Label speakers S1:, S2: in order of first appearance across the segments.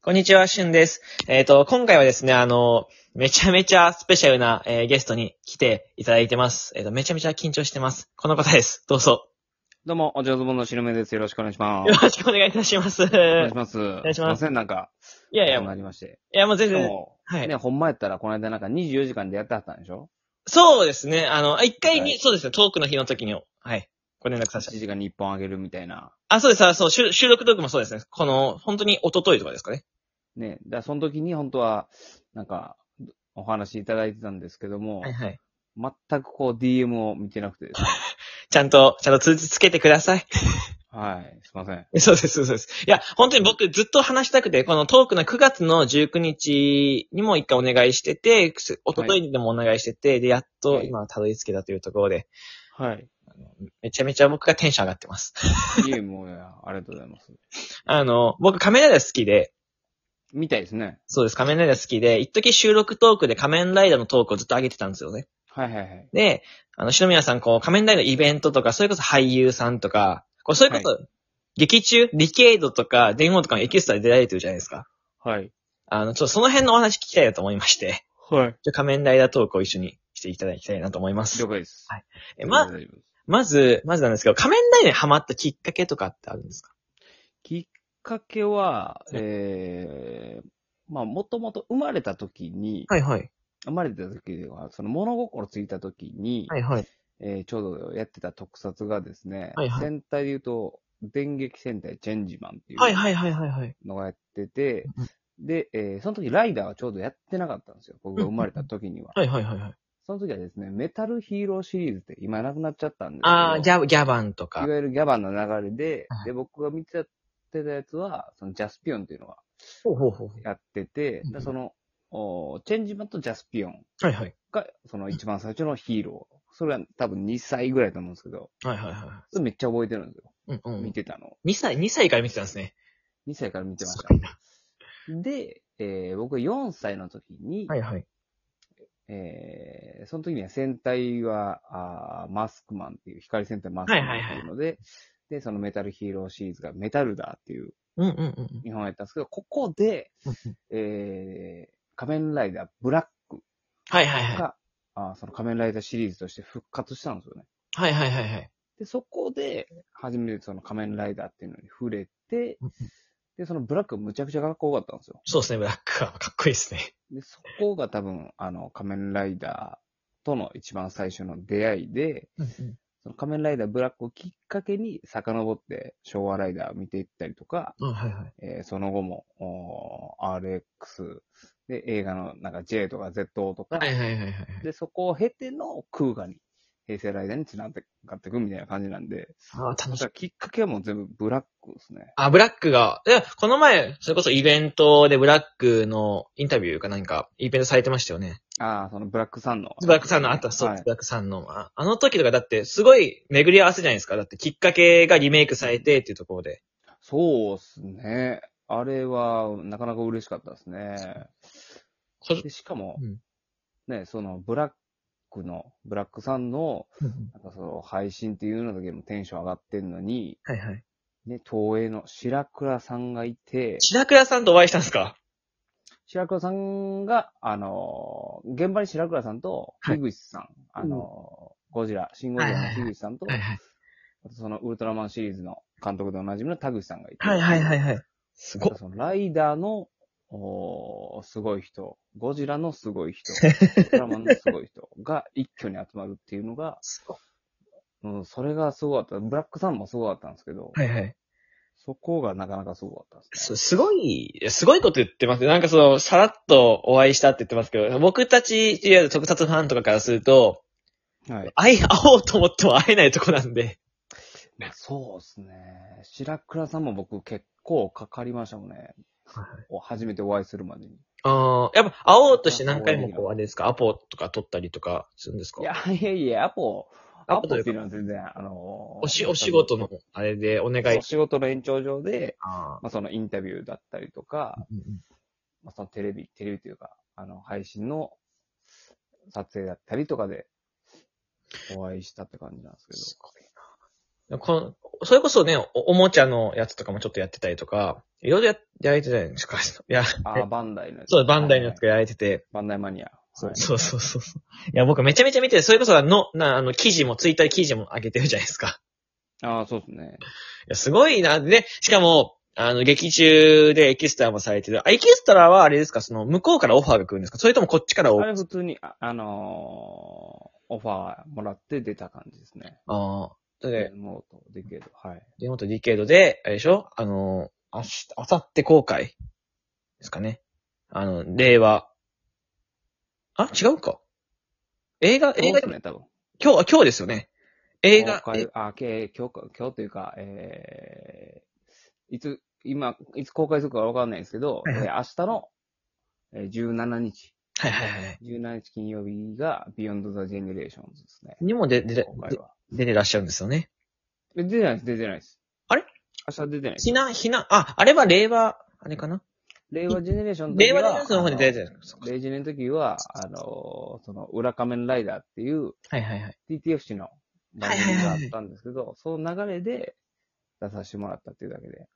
S1: こんにちは、しゅんです。えっ、と、今回はですね、あの、めちゃめちゃスペシャルな、えーゲストに来ていただいてます。えっ、と、めちゃめちゃ緊張してます。この方です。どうぞ。
S2: どうも、お上手ぼんのしるめです。よろしくお願いしま
S1: よ
S2: す。
S1: ろしくお願いいたします。い
S2: お願いします。お
S1: 願いします
S2: すいません、なんか、
S1: やいや、
S2: こう
S1: も
S2: な
S1: うい
S2: りまして。
S1: や、もう全
S2: で
S1: 然。
S2: も、
S1: はい
S2: ね、ほんまやったら、この間なんか24時間でやってはったんでしょ
S1: そうですね、あの、あ一回に、
S2: はい
S1: そうですね、トークの日の時に、はい、ご連絡させて。
S2: ?1 時間に1本あげるみたいな。
S1: あ、そうです、あそう、収収録トークもそうですね。この、本当に一昨日とかですかね。
S2: ね、だからその時に本当は、なんか、お話いただいてたんですけども、
S1: はいはい。
S2: 全くこう DM を見てなくてですね。
S1: ちゃんと、ちゃんと通知つけてください。
S2: はい、すいません。
S1: そうです、そうです。いや、本当に僕ずっと話したくて、このトークの9月の19日にも一回お願いしてて、す一昨日にでもお願いしてて、で、やっと
S2: はい
S1: 今たどり着けたというところで、
S2: はい。
S1: めちゃめちゃ僕がテンション上がってます。
S2: いえ、もうや、ありがとうございます。
S1: あの、僕仮面ライダー好きで、
S2: みたいですね。
S1: そうです、仮面ライダー好きで、一時収録トークで仮面ライダーのトークをずっと上げてたんですよね。
S2: はいはいはい。
S1: で、あの、篠宮さん、こう、仮面ライダーのイベントとか、それこそ俳優さんとか、こう、それこそ、劇中、リケードとか、電話とかのエキストラで出られてるじゃないですか。
S2: はい。
S1: あの、ちょっとその辺のお話聞きたいなと思いまして、
S2: はい。
S1: ちょ仮面ライダートークを一緒にしていただきたいなと思います
S2: 了。解です。
S1: はいえ
S2: あり
S1: ま
S2: が、とうございます
S1: まず、まずなんですけど、仮面ライダーにハマったきっかけとかってあるんですか
S2: きっかけは、
S1: うん
S2: ええまあ、もともと生まれた時に、
S1: はいはい。
S2: 生まれた時では、その物心ついた時に、
S1: はいはい。
S2: えーちょうどやってた特撮がですね、
S1: はいはい
S2: 戦隊で言うと、電撃戦隊チェンジマンってい
S1: はいうはいはいはいはい。
S2: のがやってて、
S1: うん
S2: で、えーその時ライダーはちょうどやってなかったんですよ。僕が生まれた時には。
S1: はいはいはいはい。
S2: その時はですね、メタルヒーローシリーズって今なくなっちゃったんですけど
S1: あー、ギャギャバンとか
S2: いわ。ゆるギャバンの流れで、
S1: はい
S2: で、僕が見てたやつは、そのジャスピオンっていうのが
S1: ほうほうほう。
S2: やってて、
S1: うん
S2: でその、おーチェンジマンとジャスピオン
S1: はいはい。
S2: が、その一番最初のヒーロー。それは多分2歳ぐらいだと思うんですけど、
S1: はいはいは
S2: それめっちゃ覚えてるんですよ。
S1: い。うんうん
S2: 見。てたの。
S1: 2歳、2歳から見てたんですね。
S2: 2歳から見てまし
S1: すごいな
S2: た。で、えー僕が4歳の時に、
S1: はいはい。
S2: えーその時には戦隊は、あーマスクマンっていう、光戦隊マスクマンっていうので、で、そのメタルヒーローシリーズがメタルダーっていう
S1: うんうんうん
S2: 日本やったんですけど、ここで、
S1: うん。
S2: えー仮面ライダーブラック
S1: はいはいはい。
S2: が、あーその仮面ライダーシリーズとして復活したんですよね。
S1: はいはいはいはい。
S2: で、そこで、初めてその仮面ライダーっていうのに触れて
S1: うん、
S2: で、そのブラックむちゃくちゃかっこよかったんですよ。
S1: そうですね、ブラックはかっこいいですね。
S2: で、そこが多分、あの、仮面ライダーとの一番最初の出会いで、その仮面ライダーブラックをきっかけに遡って昭和ライダー見ていったりとか、
S1: うん、はいはい。
S2: えーその後も、おー RX で映画のなんか J とか ZO とか
S1: は、いはいはいはい。
S2: で、そこを経ての空ガに、平成ライダーにつながっていくみたいな感じなんで、
S1: ああ、楽
S2: だ
S1: し
S2: か
S1: い
S2: ら。きっかけはもう全部ブラックですね。
S1: あ、ブラックが、いや、この前、それこそイベントでブラックのインタビューかなんか、イベントされてましたよね。
S2: ああ、そのブラックさんの。
S1: ブラックさんのあった、そう、
S2: はい
S1: ブラックさんの。ああの時とかだって、すごい巡り合わせじゃないですか。だって、きっかけがリメイクされてっていうところで。
S2: そうっすね。あれは、なかなか嬉しかったですね。
S1: こ
S2: でしかも、
S1: うん
S2: ね、そのブラックの、ブラックさんの、なんかその配信っていうのだけでもテンション上がってんのに、
S1: はいはい。
S2: ね、東映の白倉さんがいて、
S1: 白倉さんとお会いしたんですか
S2: 白倉さんが、あのー現場に白倉さんと、
S1: はい
S2: 樋口さん、あのーゴジラ、シンゴジラの樋口さんと、
S1: はいはい。
S2: あとそのウルトラマンシリーズの監督でおなじみの田口さんがいて、
S1: はいはいはいはい。す
S2: なん
S1: ご
S2: かそのライダーの、おーすごい人、ゴジラのすご い人、ウルトラマンのすごい人が一挙に集まるっていうのが、
S1: すご
S2: うん、それがすごかった。ブラックさんもすごかったんですけど、
S1: はいはい。
S2: そこがなかなかすごかったです
S1: す
S2: ね。
S1: すごい、すごいこと言ってますよなんかその、さらっとお会いしたって言ってますけど、僕たち、いわゆる特撮ファンとかからすると、
S2: はい。
S1: 会い、会おうと思っても会えないとこなんで。
S2: まあそうですね。白倉さんも僕結構かかりましたもんね。お初めてお会いするまでに。
S1: ああ、やっぱ会おうとして何回もこう、あれですか、アポとか取ったりとかするんですか
S2: いやいやいや、アポ、
S1: アポ
S2: アポっていうのは全然、あのー
S1: おし、お仕事の、あれでお願い
S2: お。仕事の延長上で、
S1: あ
S2: まあ、そのインタビューだったりとか、
S1: ーうんうん
S2: まあ、そのテレビ、テレビというか、あの、配信の撮影だったりとかで、お会いしたって感じなんですけど。
S1: すごいなこのそれこそねお、おもちゃのやつとかもちょっとやってたりとか、いろいろややられてたじゃないですか。い や、
S2: ああ、バンダイのやつ。
S1: そう、バンダイのやつ
S2: はい
S1: がやられてて、
S2: バンダイマニア。
S1: そう
S2: はい
S1: そうそうそう。いや、僕めちゃめちゃ見てて、それこそあの、な、あの、記事も、ツイッターで記事も上げてるじゃないですか。
S2: ああ、そうですね。
S1: いや、すごいな。でね、しかも、あの、劇中でエキストラもされてる。あエキストラはあれですか、その、向こうからオファーが来るんですかそれともこっちからオファ
S2: あ
S1: ー
S2: れ普通に、あ、あのーオファーもらって出た感じですね。
S1: ああ。
S2: レ
S1: で、
S2: モートでけど、はい。
S1: リモートディケードで、あれでしょあの、明日、明後日公開ですかね。あの、令和。あ、違うか。映画、映
S2: そう
S1: 画
S2: で、すね、多分。
S1: 今日、あ今日ですよね。映画、
S2: 公開あ、け今日か、今日というか、えー、いつ、今、いつ公開するかわかんないですけど、
S1: はいはい
S2: えー明日の、えー、17日、
S1: はいはいはい。
S2: 17日金曜日が、ビヨンド・ザ・ジェネレーションズですね。
S1: にも出出て
S2: 公開は。
S1: 出てらっしゃるんですよね。
S2: え出てないです、出てないです。
S1: あれ
S2: 明日出てないです。
S1: ひな、ひな、あ、あれは令和、あれかな
S2: 令和ジェネレーションの時
S1: 令
S2: は
S1: 和のやつの方に出てる。
S2: あの令ジェネの時は、あの、その、裏仮面ライダーっていう、
S1: はいはいはい。
S2: TTFC の番組があったんですけど、その流れで出させてもらったっていうだけで。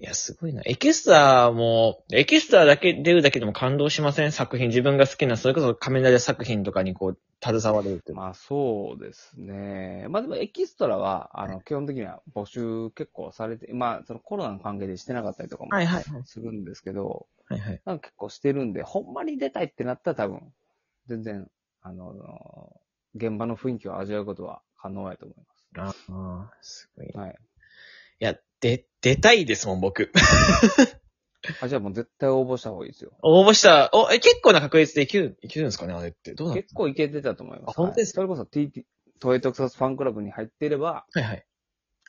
S1: いや、すごいな。エキストラも、エキストラだけ出るだけでも感動しません作品、自分が好きな、それこそ仮面ライダー作品とかにこう、携われるって。
S2: まあそうですね。まあでもエキストラは、あの、基本的には募集結構されて、まあそのコロナの関係でしてなかったりとかも
S1: はいはいはい。
S2: するんですけど、
S1: はいはい。
S2: なんか結構してるんで、ほんまに出たいってなったら多分、全然、あの、現場の雰囲気を味わうことは可能やと思い
S1: ああ、すごい
S2: ま
S1: な。い
S2: す。はい。
S1: や、で、出たいですもん、僕。
S2: あ、じゃあもう絶対応募した方がいいですよ。
S1: 応募したら、お、え、結構な確率でいける、いけるんですかねあれって。どうなの
S2: 結構いけてたと思います。
S1: あ本当です
S2: はいそれこそ TT、東映特撮ファンクラブに入ってれば、
S1: はいはい。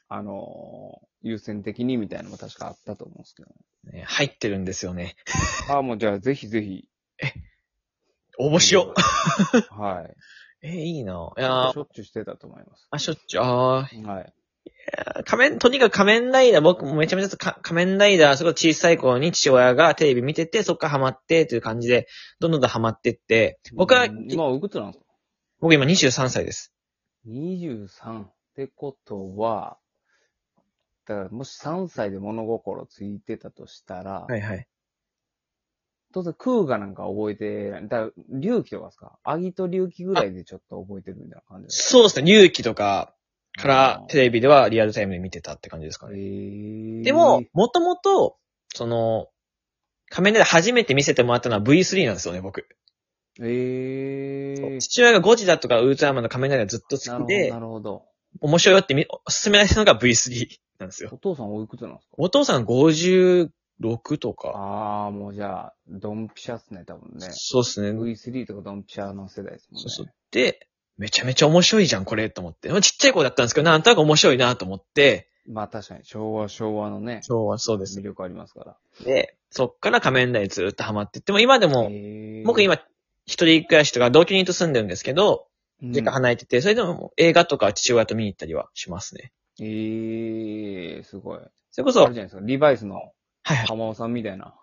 S2: あのー優先的にみたいなのも確かあったと思うんですけど、ね。
S1: ね入ってるんですよね。
S2: ああ、もうじゃあぜひぜひ。
S1: 応募しよう。
S2: う。はい。
S1: え、いいな。い
S2: し
S1: やー
S2: ょっちゅうしてたと思います。
S1: あ、しょっちゅう、ああ、
S2: はい。
S1: 仮面、とにかく仮面ライダー、僕もめちゃめちゃか仮面ライダー、すごい小さい頃に父親がテレビ見てて、そっからハマって、という感じで、どんどんどんハマってって、僕は、
S2: うん今おいくつなんですか
S1: 僕今23歳です。
S2: ?23 ってことは、だからもし3歳で物心ついてたとしたら、
S1: はいはい。
S2: 当然空ガなんか覚えてない。だから、隆起とかですかアギと隆起ぐらいでちょっと覚えてるみたいな感じです
S1: そうですね、勇気とかから
S2: うん
S1: テレビではリアルタイムで見てたって感じですか
S2: か
S1: ね。
S2: ね
S1: でも、もともと、その、仮面ライダー初めて見せてもらったのは V3 なんですよね、僕。
S2: ええー。
S1: 父親がゴジラとかウルトラマンの仮面ライダーずっと
S2: な
S1: 好き
S2: るほど、
S1: で
S2: な、るほど。
S1: 面白いよってみ、勧められたのが V3 なんですよ。
S2: お父さんおいくつなんですか
S1: お父さん56とか。
S2: ああ、もうじゃあ、ドンピシャっすね、多分ね。
S1: そうですね。
S2: V3 とかドンピシャの世代ですもんね。
S1: そうそう。で、めちゃめちゃ面白いじゃん、これ、と思って。ちっちゃい子だったんですけど、なんとなく面白いなと思って。
S2: まあ確かに、昭和昭和のね、
S1: そうはそうで
S2: 魅。力ありますから。
S1: で、そっから仮面ライダーにずっとハマってって、もう今でも、
S2: へー
S1: 僕、今、一人暮らしとか同居人と住んでるんですけど、
S2: うん
S1: 実家離れてて、それでももう映画とか父親と見に行ったりはしますね。
S2: ええー、すごい。
S1: それこ
S2: あ
S1: そ、は
S2: る
S1: い
S2: じゃないですか、リバイスの
S1: は
S2: 浜尾さんみたいな、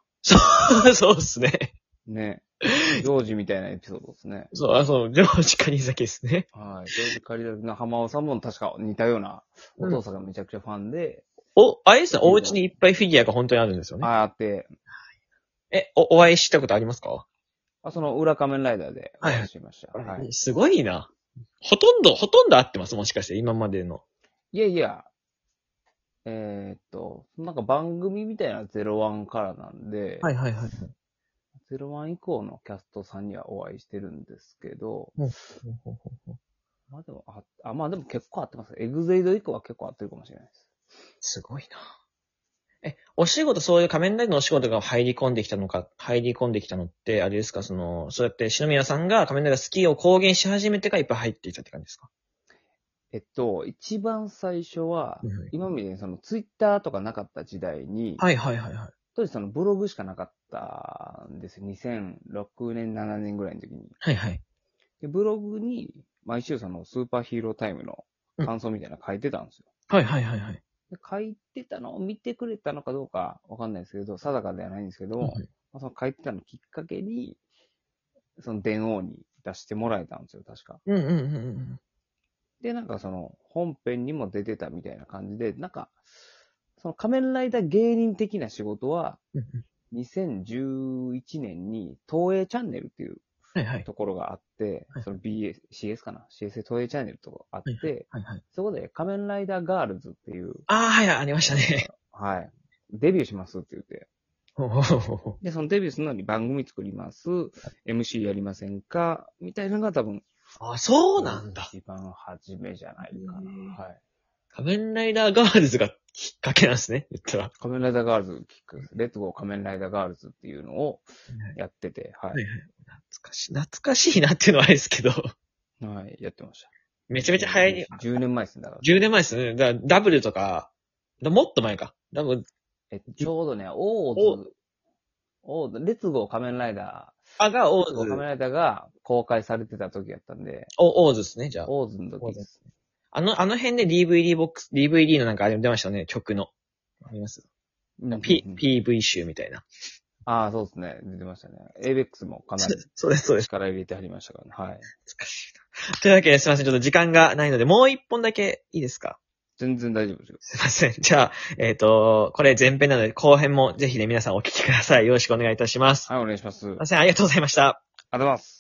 S1: い。 そうですね。
S2: ね、ジョージみたいなエピソードですね。
S1: そう、あ、そう、ジョージカニザキですね。
S2: はい。ジョージ・カリラルの浜尾さんも確か似たような、お父さんがめちゃくちゃファンで、
S1: お、あれですね、お家にいっぱいフィギュアが本当にあるんですよね。
S2: ああって、
S1: え、お、お会いしたことありますか
S2: あその裏仮面ライダーでお話ししました。はい。
S1: すごいな。ほとんど、ほとんど合ってます、もしかして、今までの。
S2: いやいや、えーっと、なんか番組みたいな01からなんで、
S1: いはいはい。
S2: 01以降のキャストさんにはお会いしてるんですけど、まあでも、あ、あまあでも結構合ってます。エグゼイド以降は結構合ってるかもしれないです。
S1: すごいな。え、お仕事、そういう仮面ライダーのお仕事が入り込んできたのか、入り込んできたのって、あれですか、その、そうやって、篠宮さんが仮面ライダー好きを公言し始めてからいっぱい入っていたって感じですか
S2: えっと、一番最初は、
S1: は
S2: 今までにそのツイッターとかなかった時代に、
S1: いはいはいはい。
S2: 当時そのブログしかなかったんですよ。2006年、7年ぐらいの時に。
S1: はいはい。
S2: でブログに毎週そのスーパーヒーロータイムの感想みたいなの書いてたんですよ。
S1: はいはいはいはい。
S2: で書いてたのを見てくれたのかどうかわかんないですけど、定かではないんですけど、まあその書いてたのきっかけに、その電王に出してもらえたんですよ、確か。
S1: うんうんうんうん。
S2: で、なんかその、本編にも出てたみたいな感じで、なんか、その仮面ライダー芸人的な仕事は、
S1: うんうん
S2: 2011年に東映チャンネルっていう
S1: はいはい。
S2: ところがあって
S1: はい、
S2: その BS、CS かな ?CS 東映チャンネルとかあって、
S1: はいはい。
S2: そこで仮面ライダーガールズっていう、
S1: ああ、はいはい、ありましたね。
S2: はい、デビューしますって言って、
S1: ほうほうほうほう
S2: で、そのデビューするのに番組作ります、MC やりませんかみたいなのが多分、
S1: ああ、そうなんだ。
S2: 一番初めじゃないか
S1: へー
S2: な。はい。
S1: 仮面ライダーガールズがきっかけなんですね、言ったら。
S2: 仮面ライダーガールズキック、レッドゴー仮面ライダーガールズっていうのをやってて、は
S1: はい懐かしい、懐かしいなっていうのはあれですけど、
S2: い。はい、やってました。
S1: めちゃめちゃ流行り、
S2: 10年前ですね、だから。
S1: 10年前ですね。だからダブルとか、だもっと前か。ダブル
S2: えっと、ちょうどね、オーズ、オーズ、レッツゴー仮面ライダ
S1: あがオ
S2: ー、レッツゴー
S1: ー
S2: 仮面
S1: ズ、
S2: ライダーが公開されてた時やったんで、
S1: おオーズですね、じゃあ。
S2: オーズの時です。
S1: あの、あの辺で DVD ボックス、DVD のなんかあれ出ましたね、曲の。あります、P
S2: うんうん、
S1: ?PV 集みたいな。
S2: ああ、そうですね。出てましたね。エイベックスもかなり
S1: そうです、そうです。
S2: 力入れてはりましたからね。はい。
S1: 懐かしいな。というわけで、すいません、ちょっと時間がないので、もう一本だけいいですか
S2: 全然大丈夫ですよ。
S1: すいません。 じゃあ、えっ、と、これ前編なので、後編もぜひね、皆さんお聞きください。よろしくお願いいたします。すい
S2: はい、お願いします。ありがとう
S1: ません、ありがとうございました。
S2: ございます。